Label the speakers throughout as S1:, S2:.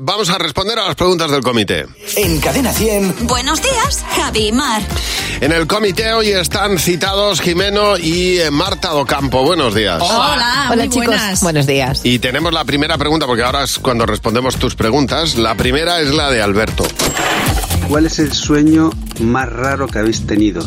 S1: Vamos a responder a las preguntas del comité.
S2: En Cadena 100.
S3: Buenos días, Javi y Mar.
S1: En el comité hoy están citados Jimeno y eh, Marta Docampo. Buenos días.
S3: Hola, muy
S4: chicos.
S3: buenas.
S4: Buenos días.
S1: Y tenemos la primera pregunta, porque ahora es cuando respondemos tus preguntas. La primera es la de Alberto.
S5: ¿Cuál es el sueño más raro que habéis tenido?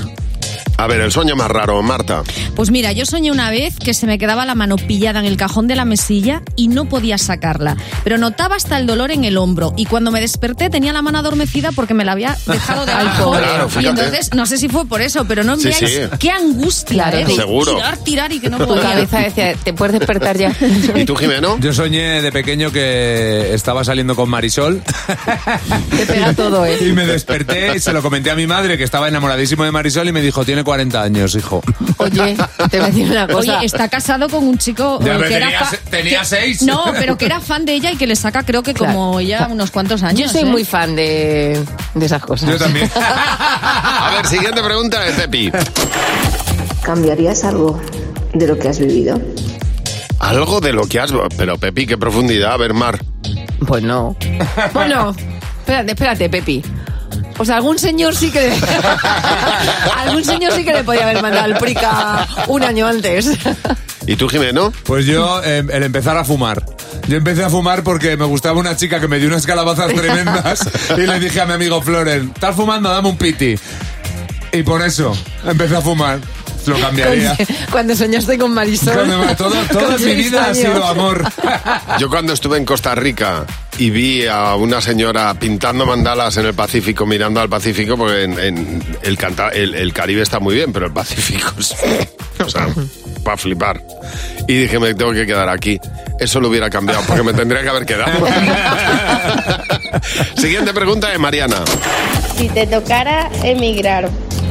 S1: A ver, el sueño más raro, Marta.
S6: Pues mira, yo soñé una vez que se me quedaba la mano pillada en el cajón de la mesilla y no podía sacarla, pero notaba hasta el dolor en el hombro y cuando me desperté tenía la mano adormecida porque me la había dejado de alcohol.
S1: Claro, fíjate.
S6: y entonces, no sé si fue por eso, pero no
S1: Sí,
S6: veáis
S1: sí.
S6: qué angustia,
S4: Claro.
S6: ¿eh? De
S1: Seguro.
S6: tirar, tirar y que no
S4: Tu
S6: podía.
S4: cabeza decía, te puedes despertar ya.
S1: ¿Y tú, Jimeno?
S7: Yo soñé de pequeño que estaba saliendo con Marisol
S4: Te pega todo, ¿eh?
S7: y me desperté y se lo comenté a mi madre que estaba enamoradísimo de Marisol y me dijo, tiene 40 años, hijo.
S4: Oye, te voy a decir una cosa.
S6: Oye, está casado con un chico
S7: Ya,
S6: eh,
S7: pero
S6: que era
S7: tenía
S6: fa-
S7: se- tenía
S6: que-
S7: seis.
S6: No, pero que era fan de ella y que le saca creo que
S4: Claro.
S6: como ya unos cuantos años.
S4: Yo soy
S6: ¿eh?
S4: muy fan de, de esas cosas.
S7: Yo también.
S1: A ver, siguiente pregunta de Pepi.
S8: ¿Cambiarías algo de lo que has vivido?
S1: Algo de lo que has... Pero, Pepi, qué profundidad. A ver, Mar.
S4: Pues no. Bueno, espérate, espérate, Pepi. Pues algún señor sí que... algún señor sí que le podía haber mandado el prica un año antes.
S1: ¿Y tú, Jimeno?
S7: Pues yo, eh, el empezar a fumar. Yo empecé a fumar porque me gustaba una chica que me dio unas calabazas tremendas y le dije a mi amigo Floren, ¿estás fumando? Dame un piti. Y por eso empecé a fumar. Lo cambiaría.
S4: Cuando soñaste con Marisol.
S7: Todo, todo en
S4: Con
S7: mi
S4: seis
S7: vida ha
S4: años.
S7: sido amor.
S1: Yo cuando estuve en Costa Rica y vi a una señora pintando mandalas en el Pacífico, mirando al Pacífico, porque en, en el, canta- el- el Caribe está muy bien, pero el Pacífico es... O sea, para flipar. Y dije, me tengo que quedar aquí. Eso lo hubiera cambiado, porque me tendría que haber quedado. Siguiente pregunta de Mariana.
S9: Si te tocara emigrar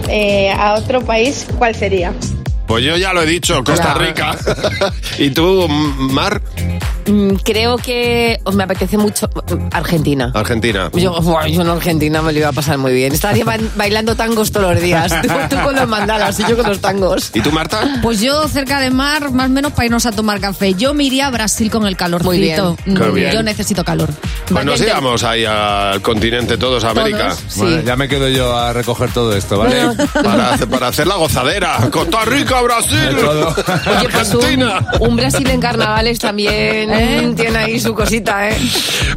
S9: eh, a otro país, ¿cuál sería?
S1: Pues yo ya lo he dicho, Costa
S4: Claro.
S1: Rica. ¿Y tú, Mar?
S4: Mm, Creo que me apetece mucho mm, Argentina.
S1: Argentina.
S4: Yo, buah, yo en Argentina me lo iba a pasar muy bien. Estaría ba- bailando tangos todos los días. Tú, tú con los mandalas y yo con los tangos.
S1: ¿Y tú, Marta?
S6: Pues yo cerca de mar, más o menos para irnos a tomar café. Yo me iría a Brasil con el calorcito.
S4: Muy bien.
S6: Mm,
S1: Qué bien.
S6: Yo necesito calor.
S1: Pues nos íbamos ahí al continente todos, a América.
S4: Sí.
S7: Bueno, ya me quedo yo a recoger todo esto, ¿vale?
S4: Bueno,
S1: Para, hacer- para hacer la gozadera. Costa Rica, Brasil.
S7: De todo.
S4: Oye, pues un,
S1: Argentina.
S4: un Brasil en carnavales también eh, tiene ahí su cosita, ¿eh?